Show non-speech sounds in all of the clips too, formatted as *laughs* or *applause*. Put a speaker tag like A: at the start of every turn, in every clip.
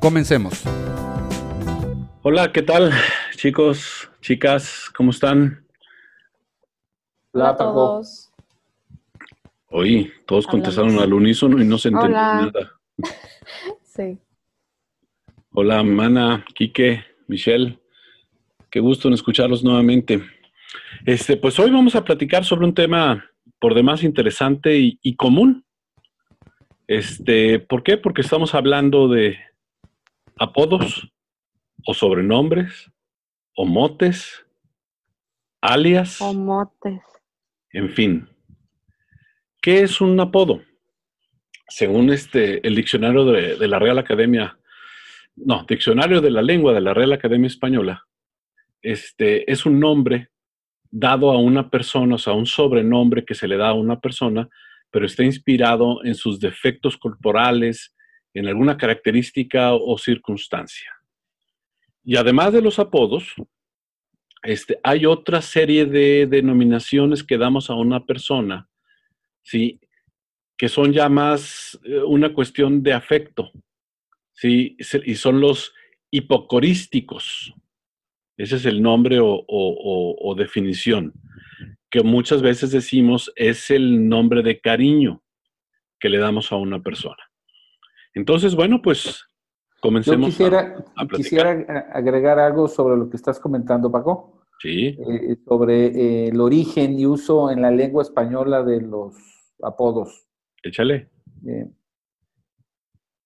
A: Comencemos.
B: Hola, ¿qué tal, chicos, chicas? ¿Cómo están?
C: Hola, Paco.
B: Hoy todos
C: Hablamos.
B: contestaron al unísono y no se entendió nada.
C: Sí.
B: Hola, Mana, Quique, Michelle. Qué gusto en escucharlos nuevamente. Este, pues hoy vamos a platicar sobre un tema por demás interesante y, y común. Este, ¿por qué? Porque estamos hablando de apodos o sobrenombres o motes, alias.
C: O motes.
B: En fin, ¿qué es un apodo? Según este, el diccionario de, de la Real Academia, no, diccionario de la lengua de la Real Academia Española, este, es un nombre dado a una persona, o sea, un sobrenombre que se le da a una persona, pero está inspirado en sus defectos corporales, en alguna característica o circunstancia. Y además de los apodos, este, hay otra serie de denominaciones que damos a una persona, ¿sí? Que son ya más eh, una cuestión de afecto, ¿sí? Se- Y son los hipocorísticos. Ese es el nombre o, o- o- o definición, que muchas veces decimos es el nombre de cariño que le damos a una persona. Entonces, bueno, pues
C: Yo
B: comencemos. a-
C: quisiera,
B: a platicar.
C: quisiera a- agregar algo sobre lo que estás comentando, Paco,
B: Sí,
C: eh, sobre eh, el origen y uso en la lengua española de los apodos.
B: échale.
C: Eh,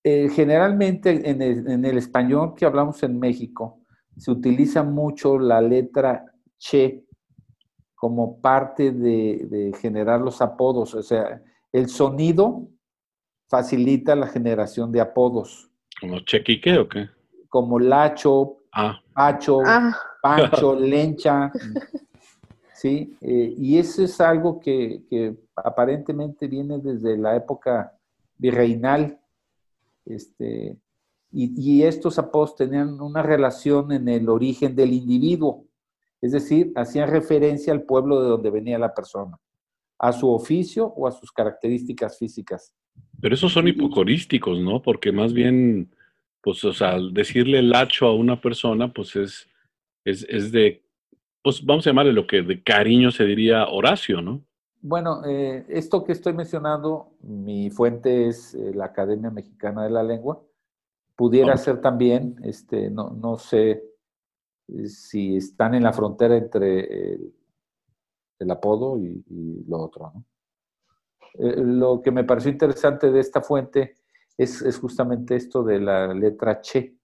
C: eh, generalmente en el, en el español que hablamos en México se utiliza mucho la letra che como parte de, de generar los apodos. O sea, el sonido facilita la generación de apodos,
B: ¿Como chequique o qué?
C: como lacho,
B: Ah,
C: pacho,
D: Ah,
C: Pancho, Lencha. Sí, eh, y eso es algo que, que aparentemente viene desde la época virreinal. Este, y, y estos apodos tenían una relación en el origen del individuo, es decir, hacían referencia al pueblo de donde venía la persona, a su oficio o a sus características físicas.
B: Pero esos son hipocorísticos, ¿no? Porque más bien, pues, o sea, al decirle lacho a una persona, pues es, es, es de, pues vamos a llamarle lo que de cariño se diría Horacio, ¿no?
C: Bueno, eh, esto que estoy mencionando, mi fuente es eh, la Academia Mexicana de la Lengua. Pudiera
B: Ok.
C: ser también, este, no, no sé eh, si están en la frontera entre el, el apodo y, y lo otro. ¿no? Eh, lo que me pareció interesante de esta fuente es, es justamente esto de la letra che.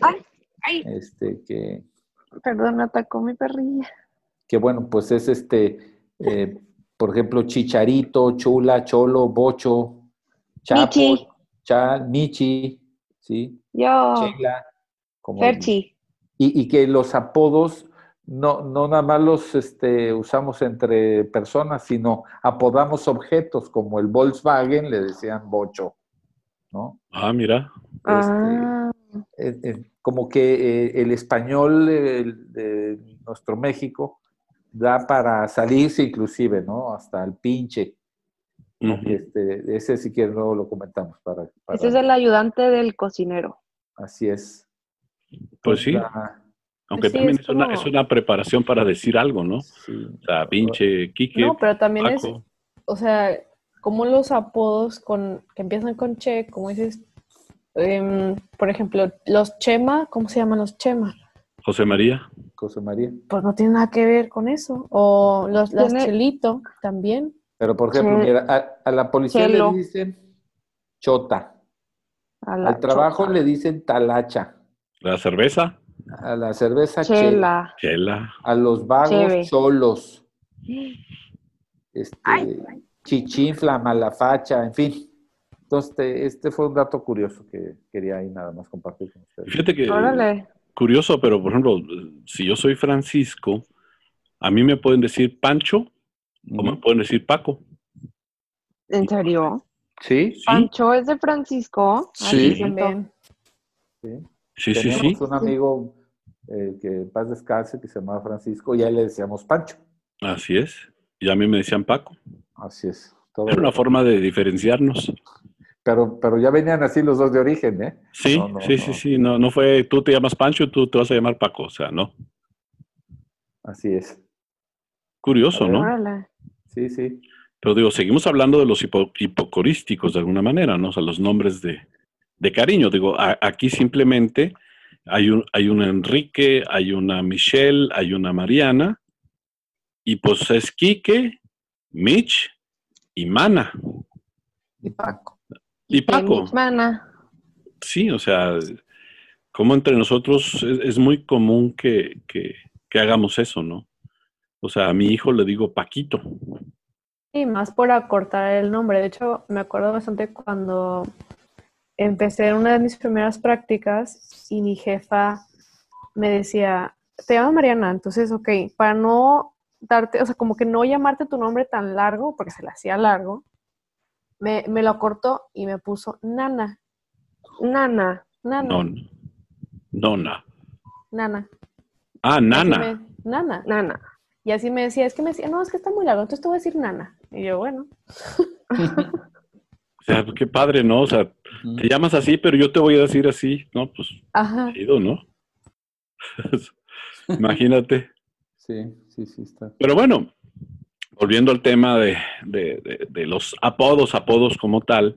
E: Ay, ay.
C: Este, que,
E: Perdón, atacó mi perrilla.
C: que bueno, pues es este, eh, por ejemplo, Chicharito, Chula, Cholo, Bocho, Chapo,
E: Michi.
C: Chal, Michi, ¿sí?
E: Yo,
C: Chela, como-
E: Ferchi.
C: Y, y que los apodos no, no nada más los este, usamos entre personas, sino apodamos objetos, como el Volkswagen le decían Bocho, ¿no?
B: Ah, mira.
C: Este,
E: Ah,
C: eh, eh, como que eh, el español eh, el- de nuestro México da para salirse inclusive, ¿no? Hasta el pinche. ¿no?
B: Ujú.
C: Este, ese si quieren luego lo comentamos para... para-
E: ese es el ayudante del cocinero.
C: Así es.
B: Pues sí,
C: La-
B: aunque
D: sí,
B: también
D: es
B: es una,
D: como-
B: es una preparación para decir algo, ¿no? O
C: sí.
B: sea, pinche, Quique,
D: no, pero también es,
B: Paco.
D: o sea, como los apodos con, que empiezan con che, como dices, em, por ejemplo, los chema, ¿cómo se llaman los chema?
B: José María.
C: José María.
D: Pues no tiene nada que ver con eso. O los las
E: Tiene-
D: chelito también.
C: Pero por ejemplo,
E: Che-
C: mira, a, a la policía
E: Chelo.
C: le dicen chota.
E: A la
C: Al trabajo
E: chota.
C: le dicen talacha.
B: La cerveza,
C: A la cerveza chela.
E: Chela.
B: chela.
C: A los vagos
E: Cheve.
C: cholos. Este,
E: Ay.
C: chichinfla, malafacha, en fin. Entonces, te- este fue un dato curioso que quería ahí nada más compartir con ustedes.
B: Fíjate que
E: Órale.
B: curioso, pero por ejemplo, si yo soy Francisco, a mí me pueden decir Pancho o me
C: Ujú.
B: pueden decir Paco.
E: ¿En serio?
C: Sí,
B: Sí,
E: Pancho es de Francisco.
B: Sí.
E: lo siento.
D: También.
C: sí.
B: sí, sí,
C: Teníamos
B: sí.
C: un amigo eh, que en paz descanse, que se llamaba Francisco, y a él le decíamos Pancho.
B: Así es. Y a mí me decían Paco.
C: Así es. Todo-
B: Era una forma de diferenciarnos.
C: pero, pero ya venían así los dos de origen, ¿eh?
B: Sí,
C: No, no,
B: sí,
C: no.
B: sí, sí. No, no fue tú te llamas Pancho y tú te vas a llamar Paco. O sea, no.
C: Así es.
B: Curioso, ¿no?
E: Órale.
C: Sí, sí.
B: Pero digo, seguimos hablando de los hipo- hipocorísticos de alguna manera, ¿no? O sea, los nombres de, de cariño. Digo, a- aquí simplemente hay un, hay un Enrique, hay una Michelle, hay una Mariana, y pues es Quique, Mitch y Mana.
C: Y Paco.
B: Y
E: De
B: Paco.
E: Michmana.
B: Sí, o sea, como entre nosotros es, es muy común que, que- que hagamos eso, ¿no? O sea, a mi hijo le digo Paquito.
D: Y más por acortar el nombre. De hecho, me acuerdo bastante cuando empecé una de mis primeras prácticas y mi jefa me decía, te llamo Mariana, entonces, ok, para no darte, o sea, como que no llamarte tu nombre tan largo, porque se le hacía largo, me, me lo acortó y me puso Nana,
E: Nana.
D: Nana,
B: No, Nona.
D: Nana.
B: Ah,
D: Y así
B: Nana.
D: me- nana.
E: Nana.
D: Y así me decía, es que me decía, no, es que está muy largo, entonces te voy a decir Nana. Y yo, bueno,
B: O sea, qué padre, ¿no? O sea,
C: Ujú.
B: te llamas así, pero yo te voy a decir así, ¿no? Pues
D: ajá.
B: chido, ¿no? *laughs* Imagínate.
C: Sí, sí, sí, está.
B: Pero bueno, volviendo al tema de, de- de- de los apodos, apodos como tal,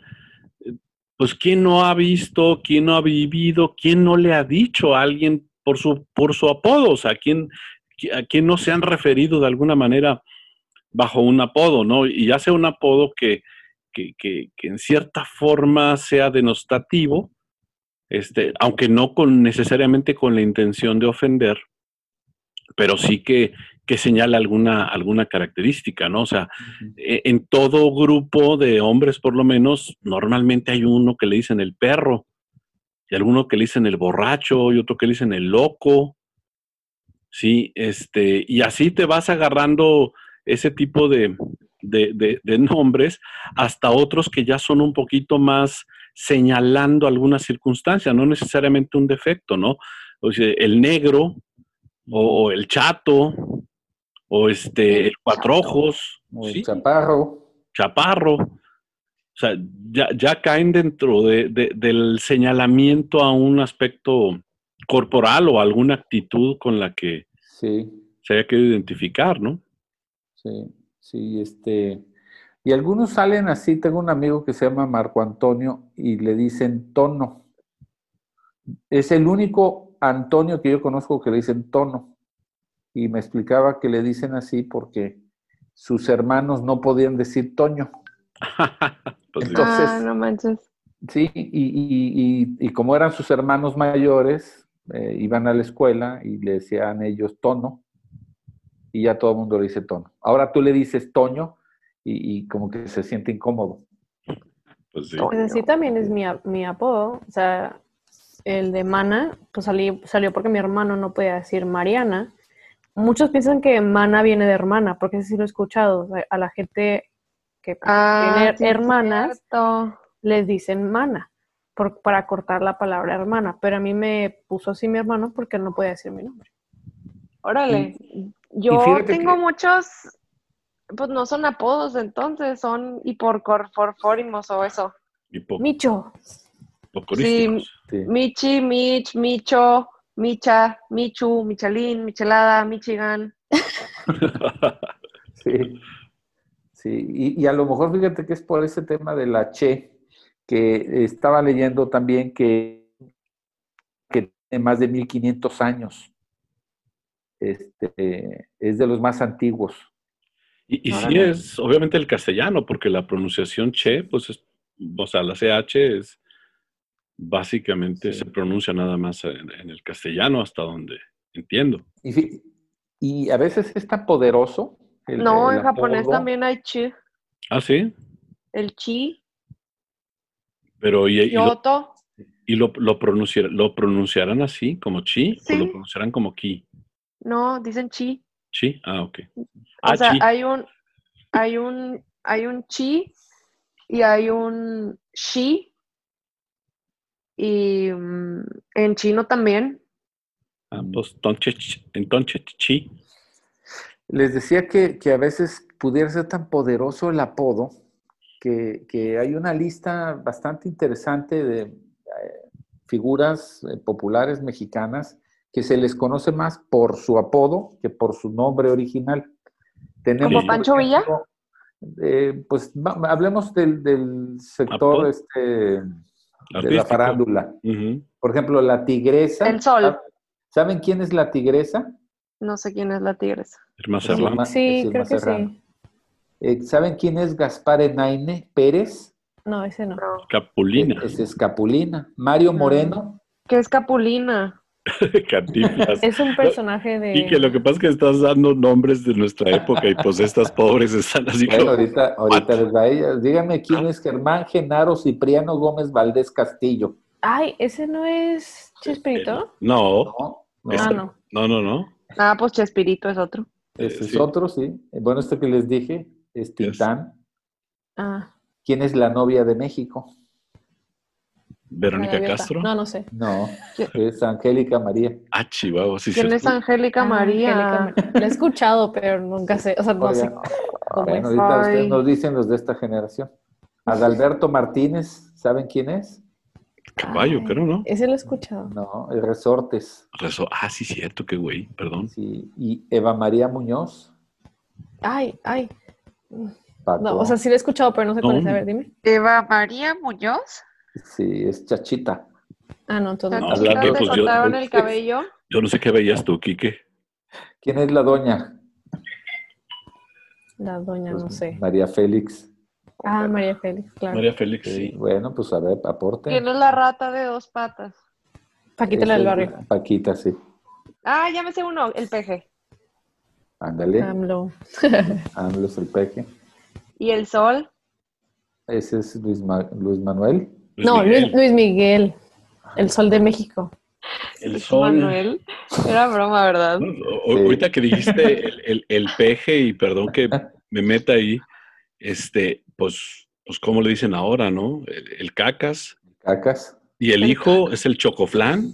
B: eh, pues ¿quién no ha visto, quién no ha vivido, quién no le ha dicho a alguien por su, por su apodo? O sea, ¿quién, qui- ¿a quién no se han referido de alguna manera bajo un apodo, ¿no? Y ya sea un apodo que, que, que- que en cierta forma sea denostativo, este, aunque no con, necesariamente con la intención de ofender, pero sí que, que señala alguna, alguna característica, ¿no? O sea,
C: Ujú.
B: e- en todo grupo de hombres, por lo menos, normalmente hay uno que le dicen el perro, y alguno que le dicen el borracho, y otro que le dicen el loco, ¿sí? Este, y así te vas agarrando ese tipo de, de- de- de nombres hasta otros que ya son un poquito más señalando alguna circunstancia, no necesariamente un defecto, ¿no? O sea, el negro, o, o el chato, o este, el cuatro
E: chato.
B: ojos,
C: O el
B: ¿sí?
C: Chaparro.
B: chaparro. O sea, ya, ya caen dentro de- de- del señalamiento a un aspecto corporal o alguna actitud con la que
C: Sí,
B: se haya querido identificar, ¿no? *laughs*
C: sí, sí, este. Y algunos salen así. Tengo un amigo que se llama Marco Antonio y le dicen tono. Es el único Antonio que yo conozco que le dicen tono. Y me explicaba que le dicen así porque sus hermanos no podían decir toño.
B: Pues digo,
C: Entonces-
E: Ah, no manches.
C: Sí, y, y- y- y como eran sus hermanos mayores, eh, iban a la escuela y le decían ellos tono, y ya todo el mundo le dice tono. Ahora tú le dices toño y, y como que se siente incómodo.
B: pues sí.
D: Pues así también es mi, a- mi apodo. O sea, el de Mana, pues salí- salió porque mi hermano no podía decir Mariana. Muchos piensan que Mana viene de hermana, porque eso sí lo he escuchado. o sea, a la gente que
E: Ah,
D: Tener
E: es
D: hermanas.
E: cierto.
D: les dicen Mana, por- para cortar la palabra hermana. Pero a mí me puso así mi hermano porque él no podía decir mi nombre.
E: Órale. Yo
C: fíjate que-
E: tengo muchos, pues no son apodos entonces, son y por corforfórimos o eso.
B: Hipo-
D: Micho.
B: hipocorísticos.
C: Sí.
E: Michi, Mich, Micho, Micha, Michu, Michalín, Michelada, Michigan.
C: Sí, sí. Y, y a lo mejor fíjate que es por ese tema de la che, que estaba leyendo también que, que tiene más de 1500 años. Este, es de los más antiguos.
B: *laughs* Y, y sí
E: Órale.
B: es, obviamente, el castellano, porque la pronunciación che, pues, es, o sea, la ch es, básicamente
C: Sí.
B: se pronuncia nada más en, en el castellano, hasta donde entiendo.
C: Y, fi- y a veces es tan poderoso. el-
E: no,
C: el
E: en japonés
C: apodo.
E: también hay chi.
B: Ah, sí,
E: El chi.
B: Pero Eh, y, y lo,
E: Kioto.
B: y lo, lo pronunciar- lo pronunciarán así, como chi,
E: Sí.
B: o lo pronunciarán como ki.
E: No, dicen chi.
B: Chi, ah, ok.
E: O
B: Ah,
E: sea,
B: chi.
E: hay un, hay un, hay un chi y hay un shi. Y mm, en chino también.
B: Ah, pues, entonces, ch- entonces chi.
C: Les decía que, que a veces pudiera ser tan poderoso el apodo que, que hay una lista bastante interesante de eh, figuras eh, populares mexicanas que se les conoce más por su apodo que por su nombre original. Tenemos,
B: ¿Como
C: por
E: Pancho Villa?
C: ejemplo, eh, pues va- hablemos del, del
B: Apodo.
C: sector este, de la
B: Artístico.
C: farándula.
B: Ujú.
C: Por ejemplo, la tigresa.
E: El sol.
C: ¿Sab- ¿Saben quién es la tigresa?
E: No sé quién es la tigresa.
B: Irma
C: Sí,
B: Serrano.
C: ma-
D: Sí,
C: Silma
D: creo que
C: Serrano.
D: sí.
C: Eh, ¿Saben quién es Gaspar Enaine Pérez?
D: No, ese no.
E: No.
B: Capulina.
C: Es Escapulina.
D: Ah.
C: Mario Moreno.
E: ¿Qué es capulina?
B: *laughs* Cantinflas.
D: *laughs* Es un personaje de...
B: Y que lo que pasa es que estás dando nombres de nuestra época y pues estas pobres están así
C: Bueno,
B: como...
C: ahorita, ahorita les da ella. Díganme quién es Germán Genaro Cipriano Gómez Valdés Castillo.
D: Ay, ese no es Chespirito.
B: No,
C: ¿No? no.
D: Ah,
B: Este-
D: no.
B: no, no, no.
E: Ah, pues Chespirito es otro.
C: Ese es
B: Este, sí.
C: otro, sí. Bueno, esto que les dije es Tintán.
D: Ah,
C: ¿Quién es la novia de México?
D: la
B: Verónica
D: gaviota.
B: Castro.
D: No, no sé.
C: No, es Angélica María.
B: Ah, Chihuahua, sí,
E: ¿Quién
B: cierto.
E: es Angélica María?
D: Angélica Ah, María. La he escuchado, pero nunca sé. O sea, no sé
C: Oigan,
D: cómo
C: bueno,
D: es.
C: ahorita ustedes
E: Ay.
C: nos dicen los de esta generación. Adalberto Martínez, ¿saben quién es?
B: Caballo,
D: Ay,
B: creo, ¿no?
D: Ese lo he escuchado.
C: No, el Resortes.
B: Rezo- Ah, sí, cierto, qué güey, perdón.
C: Sí, y Eva María Muñoz.
D: Ay, ay.
C: Paco.
D: No, o sea, sí lo he escuchado, pero no sé cuál es. A ver, dime.
E: Eva María Muñoz.
C: Sí, es Chachita.
D: Ah, no, entonces
E: La
B: No,
D: no.
B: habla-
E: chica
B: hablando,
E: que
B: pues, yo-
E: cortaron el cabello.
B: Yo no sé qué veías tú, Quique.
C: ¿Quién es la doña?
D: La doña, no
C: Pues,
D: sé.
C: María Félix.
D: Ah, María Félix, claro.
B: María Félix,
C: Sí,
B: sí.
C: Bueno, pues a ver, aporte.
E: ¿Quién es la rata de dos patas?
D: Paquita del barrio.
C: Paquita, sí.
E: Ah, ya me sé uno, el peje.
C: Ándale,
E: Ah,
D: AMLO.
C: AMLO es el peje.
E: ¿Y el sol?
C: Ese es Luis, Ma- Luis Manuel.
B: Luis
D: no,
B: Miguel,
D: Luis, Luis Miguel. El sol de México.
B: El
E: Luis
B: sol.
E: Manuel. Era broma, ¿verdad?
B: No, o- o- Ahorita que
C: *laughs*
B: dijiste el, el, el peje, y perdón que me meta ahí, este, pues, pues, ¿cómo le dicen ahora, no? El, el cacas.
C: Cacas.
B: Y el
E: El
B: hijo es el chocoflán.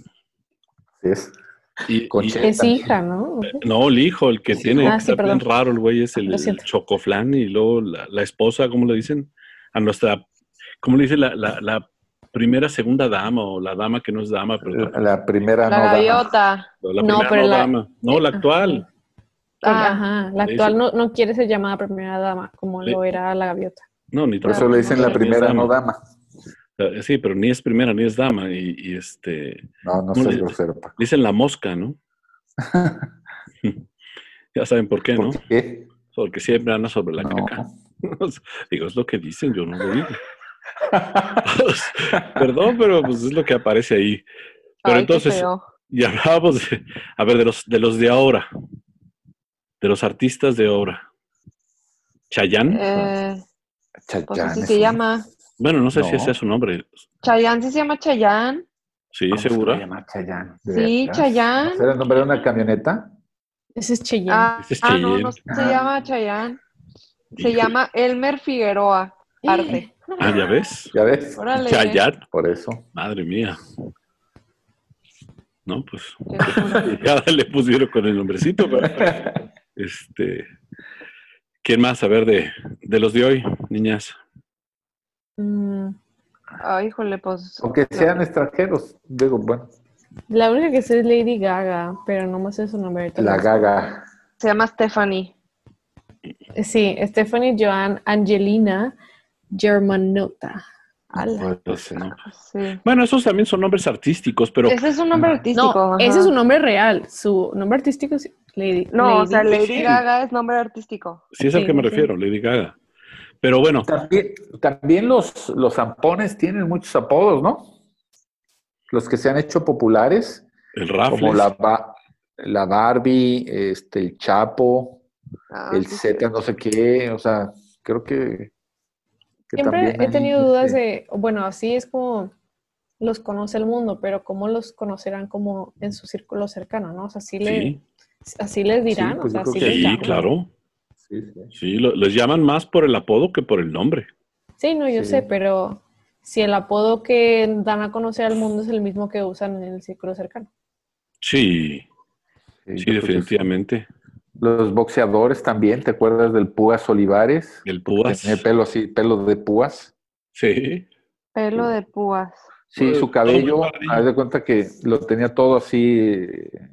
C: Sí es.
B: Y,
C: Con
B: y-
E: Eh,
C: chela.
D: Es hija, ¿no?
B: no, el hijo, el que
C: Sí.
B: tiene,
D: Ah,
B: que
D: sí,
B: está bien
D: perdón. Ah,
B: raro el güey, es el,
D: Lo siento.
B: chocoflán. Y luego la, la esposa, ¿cómo le dicen? A nuestra, ¿cómo le dice la, la, la primera, segunda dama o la dama que no es dama? Pero
C: La, la primera
E: La
C: no dama.
E: gaviota.
B: la
D: No,
B: primera
D: pero
B: no
D: la-
B: dama. No, la actual.
E: Ah,
D: Ajá, la actual no, no quiere ser llamada primera dama, como
B: Sí.
D: lo era la gaviota.
B: No, ni
C: Por eso
B: tampoco.
C: le dicen la primera no dama.
B: Eh, Sí, pero ni es primera ni es dama. Y, y, este,
C: No, no
B: No
C: seas
B: le-
C: grosero, Paco.
B: dicen la mosca,
C: *laughs*
B: ¿no? *laughs* ya saben por qué, ¿no?
C: ¿Por qué?
B: Porque siempre anda sobre la
C: No.
B: caca. *laughs* Digo, es lo que dicen, yo no lo
C: *laughs*
B: digo. *laughs* Perdón, pero pues es lo que aparece ahí. Pero
E: ay, qué
B: entonces,
E: feo.
B: y hablábamos, de- a ver, de los, de los de ahora, de los artistas de ahora. Chayán,
E: Eh, pues
C: Chachán
E: así
C: es
E: se
C: un-
E: llama.
B: bueno, no sé si
C: no.
B: ese es su nombre.
E: Chayán sí se llama Chayán.
B: Sí,
C: ¿Cómo se
B: seguro.
C: llama? Chayán. ¿De
E: Sí,
C: veras?
E: Chayán.
C: ¿Era el nombre de una camioneta?
D: Ese es Cheyenne.
E: Ah,
B: Ese es
E: ah, no,
B: Cheyenne.
E: no se llama Chayán. Se
B: Híjole.
E: llama Elmer Figueroa.
D: Eh,
E: Arte.
B: Ah, ya ves.
C: ¿Ya ves?
E: Órale.
B: Chayán,
C: Por eso.
B: madre mía. No, pues *laughs*
E: Qué locura.
B: ya le pusieron con el nombrecito, pero
C: *laughs*
B: este. ¿Quién más? A ver, de, de los de hoy, niñas.
D: Mm,
E: Ay, híjole, pues.
C: Aunque sean extranjeros. Digo, bueno,
D: La única que sé es Lady Gaga, pero no me sé su nombre. ahorita.
C: la gaga.
E: Se llama Stephanie.
D: Sí, Stephanie Joan Angelina Germanota. Ala.
B: Pues, no.
E: Sí.
B: Bueno, esos también son nombres artísticos, pero
E: Ese es un nombre artístico.
D: No,
E: ajá.
D: ese es su nombre real. Su nombre artístico es Lady.
E: No, o sea,
D: Lady-
E: Lady Gaga es nombre artístico.
B: sí es al
D: Sí,
B: que me
D: sí.
B: refiero, Lady Gaga. Pero bueno,
C: También, también los, los zampones tienen muchos apodos, ¿no? Los que se han hecho populares,
B: el Raffles,
C: como la, Ba- la Barbie, este, el Chapo,
E: Ah,
C: el
E: sí.
C: Z no sé qué, o sea, creo que que
D: Siempre
C: también
D: he
C: ahí,
D: tenido dudas
C: este,
D: de, bueno, así es como los conoce el mundo, pero ¿cómo los conocerán como en su círculo cercano, no? O sea, así,
B: Sí,
D: así les dirán,
C: pues
D: o
C: yo
D: sea,
C: creo
D: así
C: que
D: les
B: sí,
D: llaman.
B: claro.
C: sí, sí.
B: Sí, lo- les llaman más por el apodo que por el nombre.
D: Sí, no, yo
C: Sí.
D: sé, pero si el apodo que dan a conocer al mundo es el mismo que usan en el círculo cercano.
B: Sí, sí,
C: Sí, yo creo que
B: definitivamente.
C: Los boxeadores también, ¿te acuerdas del Púas Olivares?
B: El púas.
C: Tenía pelo así, pelo de púas.
B: Sí,
E: Pelo de púas.
C: Sí,
B: Pues,
C: su
B: todo
C: cabello,
B: muy amarillo.
C: haz de cuenta que lo tenía todo así, eh,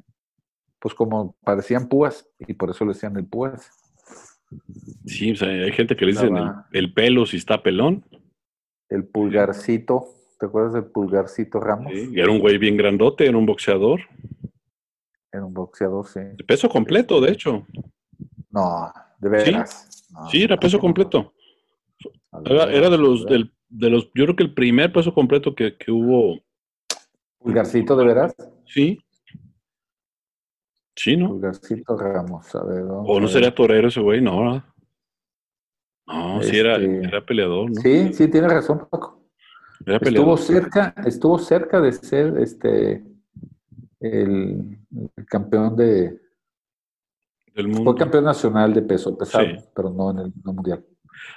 C: pues como parecían púas, y por eso le decían el púas.
B: sí, o sea, hay gente que le dicen el,
C: Estaba-
B: el pelo si está pelón.
C: El pulgarcito, ¿te acuerdas del pulgarcito Ramos?
B: Sí, y era un güey bien grandote, era un boxeador.
C: Era un boxeador, sí.
B: De peso completo, de hecho.
C: No, de veras. No,
B: Sí, era peso
C: no,
B: completo.
C: no,
B: Era, era de los,
C: veras.
B: del, de los, yo creo que el primer peso completo que, que hubo,
C: Pulgarcito, de veras.
B: sí. Sí, ¿no?
C: Pulgarcito Ramos, a ver. vamos
B: O no
C: a ver.
B: sería torero ese güey, no. ¿verdad? No, sí era,
C: Este-
B: era peleador, ¿no?
C: Sí, sí, tienes razón, Paco.
B: Era
C: Estuvo
B: peleador. pues.
C: cerca, estuvo cerca de ser este el, el campeón de.
B: del
C: Fue
B: mundo.
C: campeón nacional de peso pesado,
B: Sí.
C: pero no en el no mundial.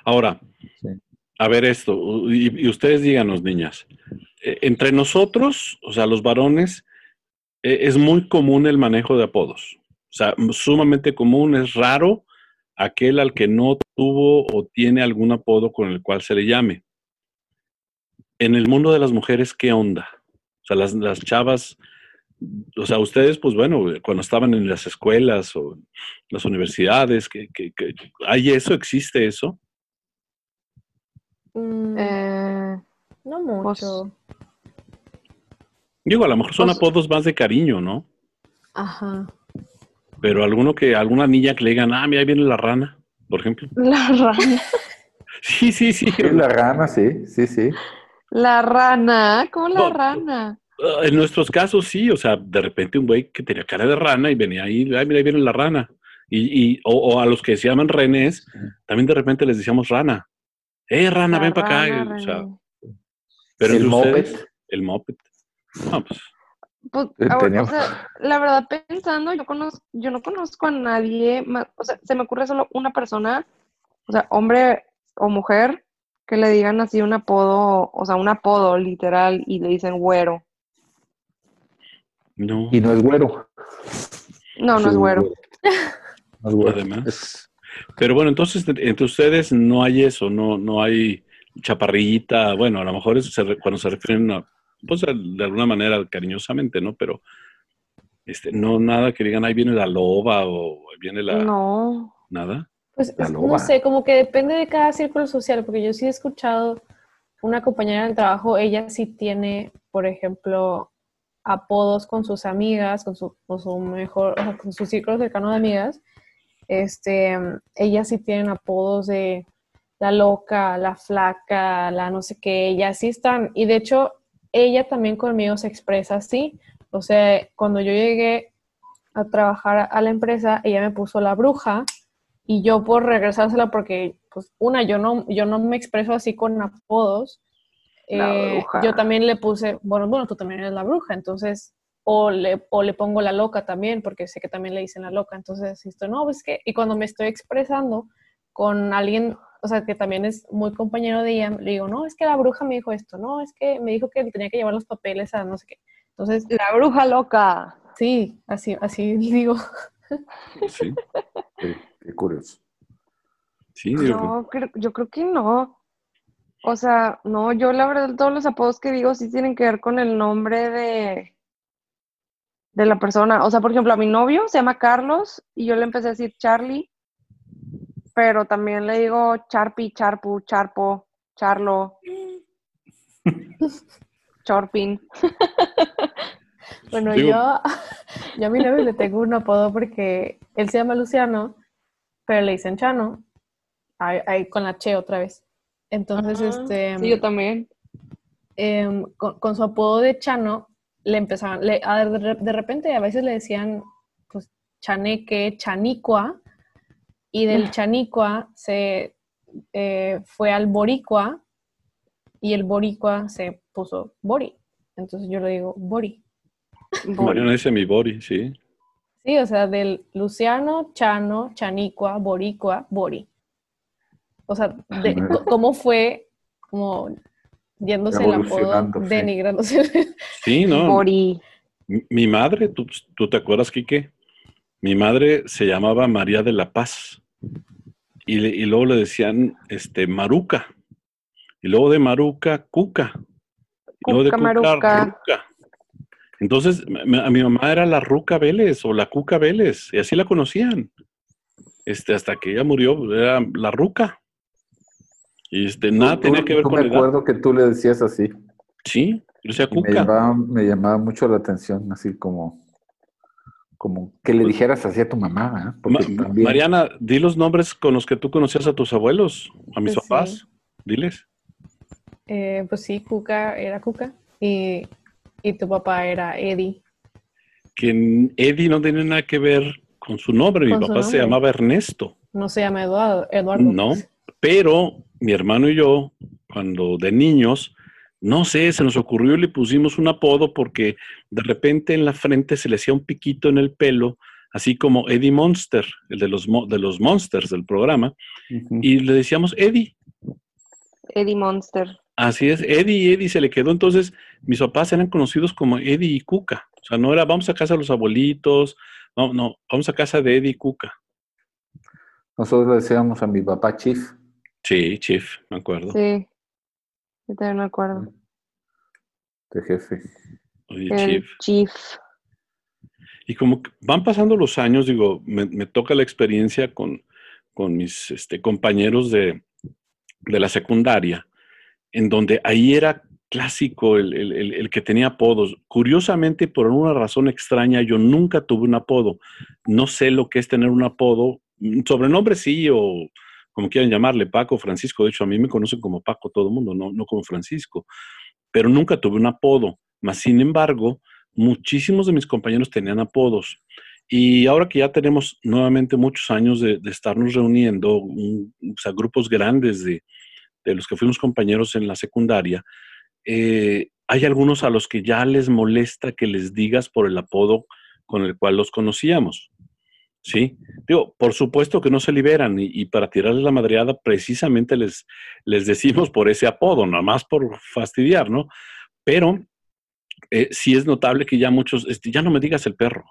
B: Ahora,
C: Sí.
B: a ver esto, u- y, y ustedes díganos, niñas, eh, entre nosotros, o sea, los varones, eh, es muy común el manejo de apodos. O sea, m- sumamente común, es raro aquel al que no tuvo o tiene algún apodo con el cual se le llame. En el mundo de las mujeres, ¿qué onda? O sea, las, las chavas, o sea, ustedes, pues bueno, cuando estaban en las escuelas o en las universidades, que, que, que- ¿hay eso? ¿Existe eso?
D: Mm,
E: Eh,
D: no mucho.
B: Digo, a lo mejor son
E: Pues-
B: apodos más de cariño, ¿no?
D: Ajá.
B: Pero alguno que, alguna niña que le digan, ah, mira, ahí viene la rana, por ejemplo. *laughs*
E: la rana.
B: Sí, sí, sí.
C: Sí, la rana, sí, sí, sí.
E: La rana. ¿Cómo la
B: No.
E: rana?
B: Ah, En nuestros casos, sí. O sea, de repente un güey que tenía cara de rana y venía ahí, ay, mira, ahí viene la rana. Y, y- o, o a los que se llaman renés, también de repente les decíamos rana. Eh, rana,
E: La
B: ven para acá.
E: rana,
B: O sea,
E: René.
B: pero
C: el
B: entre
C: moped.
B: ustedes, El moped. No, pues,
E: Pues,
C: Eh,
E: ahora,
C: teníamos-
E: o sea, la verdad, pensando, yo, conozco, yo no conozco a nadie más, o sea, se me ocurre solo una persona, o sea, hombre o mujer, que le digan así un apodo, o sea, un apodo literal, y le dicen güero.
B: no.
C: Y no es güero.
E: No, no
C: Sí,
E: es güero.
C: No es güero.
B: Además.
C: Es-
B: Pero bueno, entonces entre ustedes no hay eso, no, no hay chaparrita, bueno, a lo mejor es se re- cuando se refieren a, pues a- de alguna manera cariñosamente, ¿no? Pero este, no nada que digan, ahí viene la loba o "Ahí viene la
E: No.
B: nada.
D: Pues
C: La
D: es- no
C: loba.
D: sé, como que depende de cada círculo social, porque yo sí he escuchado una compañera del trabajo, ella sí tiene, por ejemplo, apodos con sus amigas, con su, con su mejor, o sea, con su círculo cercano de amigas. Este, ellas sí tienen apodos de la loca, la flaca, la no sé qué, ellas sí están. Y de hecho, ella también conmigo se expresa así. O sea, cuando yo llegué a trabajar a la empresa, ella me puso la bruja y yo por regresársela porque pues una yo no yo no me expreso así con apodos
E: La
D: Eh,
E: bruja.
D: yo también le puse bueno bueno tú también eres la bruja entonces o le, o le pongo la loca también porque sé que también le dicen la loca entonces esto no pues que y cuando me estoy expresando con alguien o sea que también es muy compañero de ella le digo no es que la bruja me dijo esto no es que me dijo que le tenía que llevar los papeles a no sé qué entonces
E: La bruja loca.
D: sí así así *laughs* digo
B: Sí,
C: sí, eh, qué curioso.
B: sí, digo,
E: No, creo- yo creo que no. O sea, no, yo la verdad, todos los apodos que digo sí tienen que ver con el nombre de, de la persona. O sea, por ejemplo, a mi novio se llama Carlos y yo le empecé a decir Charlie, pero también le digo Charpi, Charpu, Charpo, Charlo, Chorpin.
D: Bueno,
B: pues, Digo-
D: yo, *laughs* yo a mi novio le tengo un apodo porque él se llama Luciano, pero le dicen Chano. Ahí, ahí con la Che otra vez. Entonces,
E: Ajá.
D: este,
E: Ah, Sí, yo también.
D: em, con, con su apodo de Chano, le empezaban, le, a- de, re- de repente a veces le decían, pues, Chaneque, Chanicua, y del Chanicua se eh, fue al boricua y el boricua se puso Bori. Entonces yo le digo Bori.
B: Mariana dice mi body, sí.
D: Sí, o sea, del Luciano, Chano, Chanicua, Boricua, Bori. O sea, de-
C: *laughs* Ajá.
D: co- cómo fue como yéndose el apodo,
C: Evolucionando, sí.
D: denigrándose.
B: Sí, no.
E: Morí.
B: Mi- Mi madre, ¿tú, tú te acuerdas, Quique? Mi madre se llamaba María de la Paz. Y, le- y luego le decían este, Maruca. Y luego de Maruca, Cuca. Y luego de
E: Cuca, Maruca.
B: Ruca. Entonces, me- me- a mi mamá era la Ruca Vélez o la Cuca Vélez. Y así la conocían. Este, hasta que ella murió, era la Ruca. Y este, nada
C: Tú-
B: tenía que ver
C: tú
B: con
C: me
B: la edad.
C: acuerdo que tú le decías así.
B: Sí, yo decía
C: Y me,
B: Cuca.
C: llamaba, me llamaba mucho la atención, así como, como que le dijeras así a tu mamá. ¿verdad? Porque
B: Pues Ma-
C: también-
B: Mariana, di los nombres con los que tú conocías a tus abuelos, a mis
D: Pues sí.
B: papás. Diles.
D: Eh, pues sí, Cuca era Cuca y, y tu papá era Eddie.
B: Que n- Eddie no tiene nada que ver con su nombre. Mi
D: Con su
B: papá se
D: nombre.
B: llamaba Ernesto.
D: No se llama Eduardo. Eduardo. pues.
B: No, pero mi hermano y yo, cuando de niños, no sé, se nos ocurrió y le pusimos un apodo porque de repente en la frente se le hacía un piquito en el pelo, así como Eddie Monster, el de los, mo- de los Monsters del programa,
C: Ujú.
B: y le decíamos Eddie.
E: Eddie Monster.
B: Así es, Eddie, Eddie se le quedó. Entonces, mis papás eran conocidos como Eddie y Cuca. O sea, no era vamos a casa de los abuelitos, no, no, vamos a casa de Eddie y Cuca.
C: Nosotros le decíamos a mi papá Chief.
B: Sí, Chief, me acuerdo.
E: Sí. Yo también me acuerdo.
C: de jefe.
B: Oye,
E: El
B: Chief.
E: Chief.
B: Y como que van pasando los años, digo, me, me toca la experiencia con, con mis este, compañeros de, de la secundaria, en donde ahí era clásico el, el- el- el que tenía apodos. Curiosamente, por una razón extraña, yo nunca tuve un apodo. No sé lo que es tener un apodo. Mm, Sobrenombre sí, o como quieran llamarle, Paco, Francisco. De hecho, a mí me conocen como Paco todo el mundo, no, no como Francisco. Pero nunca tuve un apodo. Más sin embargo, muchísimos de mis compañeros tenían apodos. Y ahora que ya tenemos nuevamente muchos años de, de estarnos reuniendo, un- o sea, grupos grandes de, de los que fuimos compañeros en la secundaria, eh, hay algunos a los que ya les molesta que les digas por el apodo con el cual los conocíamos. Sí, digo, por supuesto que no se liberan y, y para tirarles la madreada precisamente les, les decimos por ese apodo, nada más por fastidiar, ¿no? Pero eh, sí es notable que ya muchos, este, ya no me digas el perro.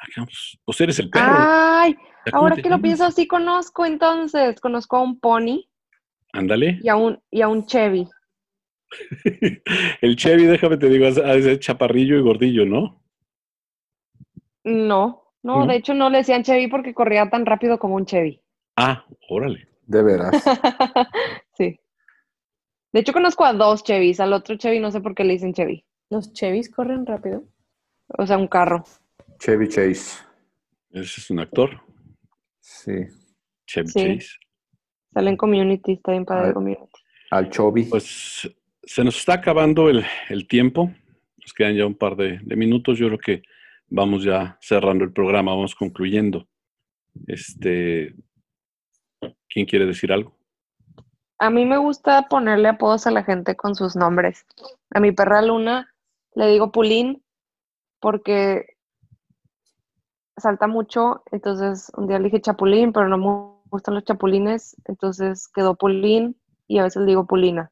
B: Ah, cabrón, Pues eres el perro.
E: Ay,
B: ya cómo
E: Ah, ahora
B: te
E: que lo
B: llamas.
E: pienso así, conozco entonces. Conozco a un pony
B: Ándale.
E: y a un, y a un Chevy.
B: El Chevy, déjame te digo, es, es chaparrillo y gordillo, ¿no?
E: No, no,
B: ¿No?
E: de hecho no le decían Chevy porque corría tan rápido como un Chevy. *laughs*
B: Ah, órale.
C: De veras.
E: sí. De hecho conozco a dos Chevys, al otro Chevy no sé por qué le dicen Chevy,
D: Los Chevys corren rápido.
E: o sea, un carro.
C: Chevy Chase.
B: Ese es un actor.
C: Sí.
B: Chevy
E: Sí.
B: Chase.
E: Sale en Community, está bien padre
C: Ay.
E: Community.
C: Al Chovy.
B: Pues se nos está acabando el, el tiempo. Nos quedan ya un par de, de minutos. Yo creo que vamos ya cerrando el programa, vamos concluyendo. Este, ¿quién quiere decir algo?
E: A mí me gusta ponerle apodos a la gente con sus nombres. A mi perra Luna le digo Pulín porque salta mucho, entonces un día le dije Chapulín, pero no me gustan los chapulines, entonces quedó Pulín y a veces le digo Pulina.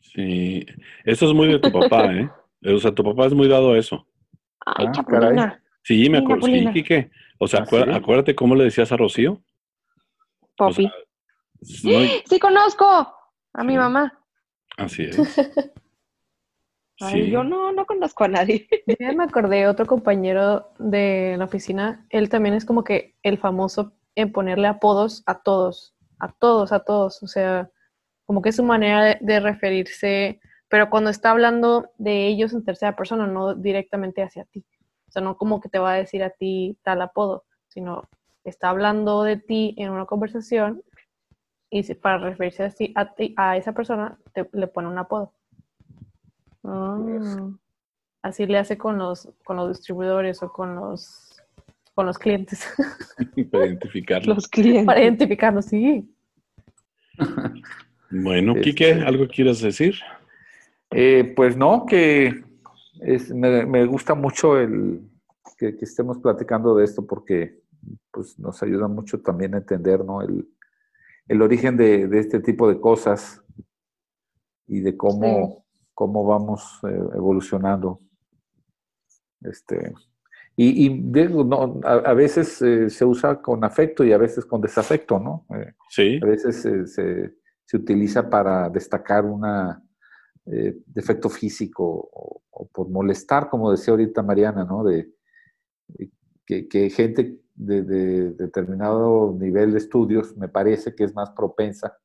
B: Sí, eso es muy de tu
E: *laughs*
B: papá, ¿eh? O sea, tu papá es muy dado a eso.
E: Ay,
C: Ah, caray.
E: Chapulina.
B: Sí, me
E: Mira,
B: acuerdo. Sí,
E: Polina.
B: Quique. O sea,
C: ¿Ah,
B: acuer-
C: sí?
B: acuérdate cómo le decías a Rocío.
E: Poppy.
B: No, y-
E: sí conozco a
B: Pues,
E: mi
B: Sí.
E: mamá.
B: Así es.
E: *laughs* Ay,
B: Sí.
E: Yo no, no conozco a nadie.
D: Yo ya me acordé otro compañero de la oficina, él también es como que el famoso en ponerle apodos a todos, a todos, a todos, o sea, como que es su manera de, de referirse, pero cuando está hablando de ellos en tercera persona, no directamente hacia ti, o sea, no como que te va a decir a ti tal apodo, sino está hablando de ti en una conversación y si- para referirse así a ti, a esa persona, te- le pone un apodo.
E: Ah,
D: Así le hace con los, con los distribuidores o con los con los clientes
B: *laughs*
D: *laughs*
B: para identificarlo.
E: Los clientes.
D: para identificarnos. Sí,
B: Bueno,
C: Este-
B: Quique, ¿algo quieras decir?
C: Eh, pues no, que es- me, me gusta mucho el que, que estemos platicando de esto porque pues, nos ayuda mucho también a entender ¿no? el, el origen de, de este tipo de cosas y de cómo, cómo vamos eh, evolucionando. Este, y, y digo, no, a, a veces eh, se usa con afecto y a veces con desafecto, ¿no? Eh,
B: Sí,
C: a veces se, se- se utiliza para destacar un defecto físico o, o por molestar, como decía ahorita Mariana, ¿no? De, de que, que gente de, de determinado nivel de estudios me parece que es más propensa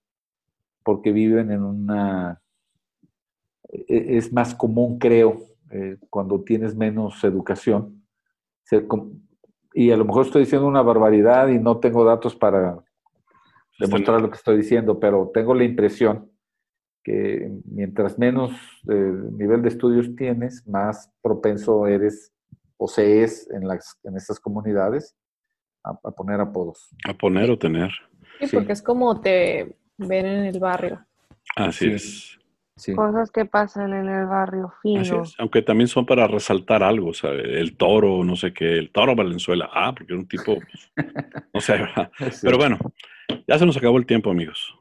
C: porque viven en una... e- Es más común, creo, eh, cuando tienes menos educación. ser com- y a lo mejor estoy diciendo una barbaridad y no tengo datos para demostrar lo que estoy diciendo, pero tengo la impresión que mientras menos eh, nivel de estudios tienes, más propenso eres o se es en, las, en estas comunidades a, a poner apodos.
B: a poner o tener.
D: Sí,
C: Sí.
D: porque es como te ven en el barrio.
B: Así
C: Sí.
B: es.
C: Sí.
E: Cosas que pasan en el barrio
B: Así
E: fino.
B: es. Aunque también son para resaltar algo, ¿sabe? El toro, no sé qué, el toro Valenzuela. Ah, porque era un
C: *laughs*
B: tipo, no sé, ¿verdad?
C: Este,
B: Pero bueno, ya se nos acabó el tiempo, amigos.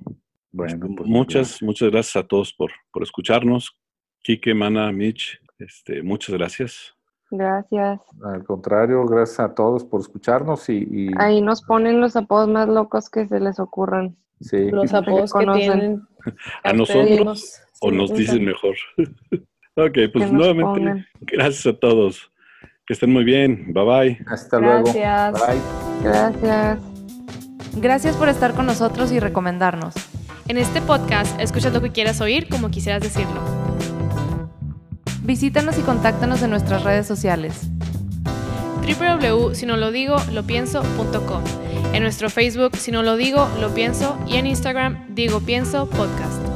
C: Bueno, pues,
B: muchas, muchas gracias a todos por, por escucharnos. Quique, Mana, Mitch, este, muchas gracias.
E: Gracias.
C: Al contrario, gracias a todos por escucharnos y, y-
E: Ahí nos ponen los apodos más locos que se les ocurran.
C: sí.
D: Los apodos que
E: Conocen.
D: tienen.
B: *laughs* A
D: ustedes
B: nosotros
D: mismos.
B: O
D: Sí,
B: nos
D: usan.
B: dicen mejor. *laughs* ok,
E: que
B: pues
E: nos
B: nuevamente,
E: pongan.
B: gracias a todos. Que estén muy bien. Bye bye.
C: hasta
D: Gracias.
C: luego. Bye.
E: Gracias.
F: Gracias por estar con nosotros y recomendarnos. En este podcast escuchas lo que quieras oír como quisieras decirlo. Visítanos y contáctanos en nuestras redes sociales.
G: www si no lo digo lo pienso.com en nuestro Facebook si no lo digo lo pienso y en Instagram digo pienso podcast